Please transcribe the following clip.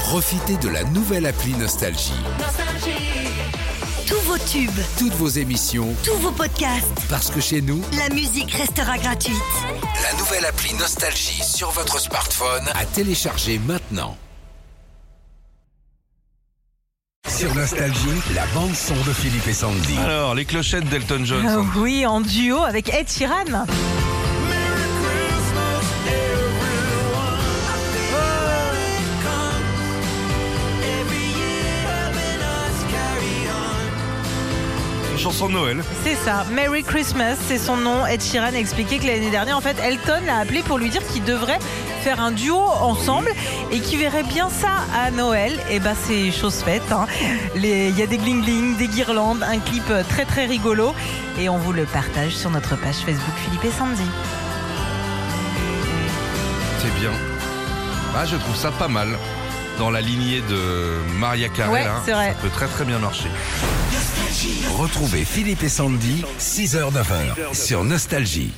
Profitez de la nouvelle appli Nostalgie. Tous vos tubes, Toutes vos émissions, tous vos podcasts, parce que chez nous, la musique restera gratuite. la nouvelle appli Nostalgie sur votre smartphone à télécharger maintenant. Sur Nostalgie, la bande son de Philippe et Sandy. Alors, les clochettes d'Elton John. Euh, ça. oui, en duo avec Ed Sheeran. Une chanson de Noël. C'est ça, Merry Christmas, c'est son nom. Ed Sheeran a expliqué que l'année dernière, en fait, Elton l'a appelé pour lui dire qu'ils devraient faire un duo ensemble et qu'ils verraient bien ça à Noël. Et bah, c'est chose faite. hein. Les- Il y a des gling-gling, des guirlandes, un clip très très rigolo. Et on vous le partage sur notre page Facebook Philippe et Sandy. C'est bien. Ah, je trouve ça pas mal. Dans la lignée de Maria Carey, Ouais, là, c'est vrai. ça peut très très bien marcher. Retrouvez Philippe et Sandy, 6h-9h, sur Nostalgie.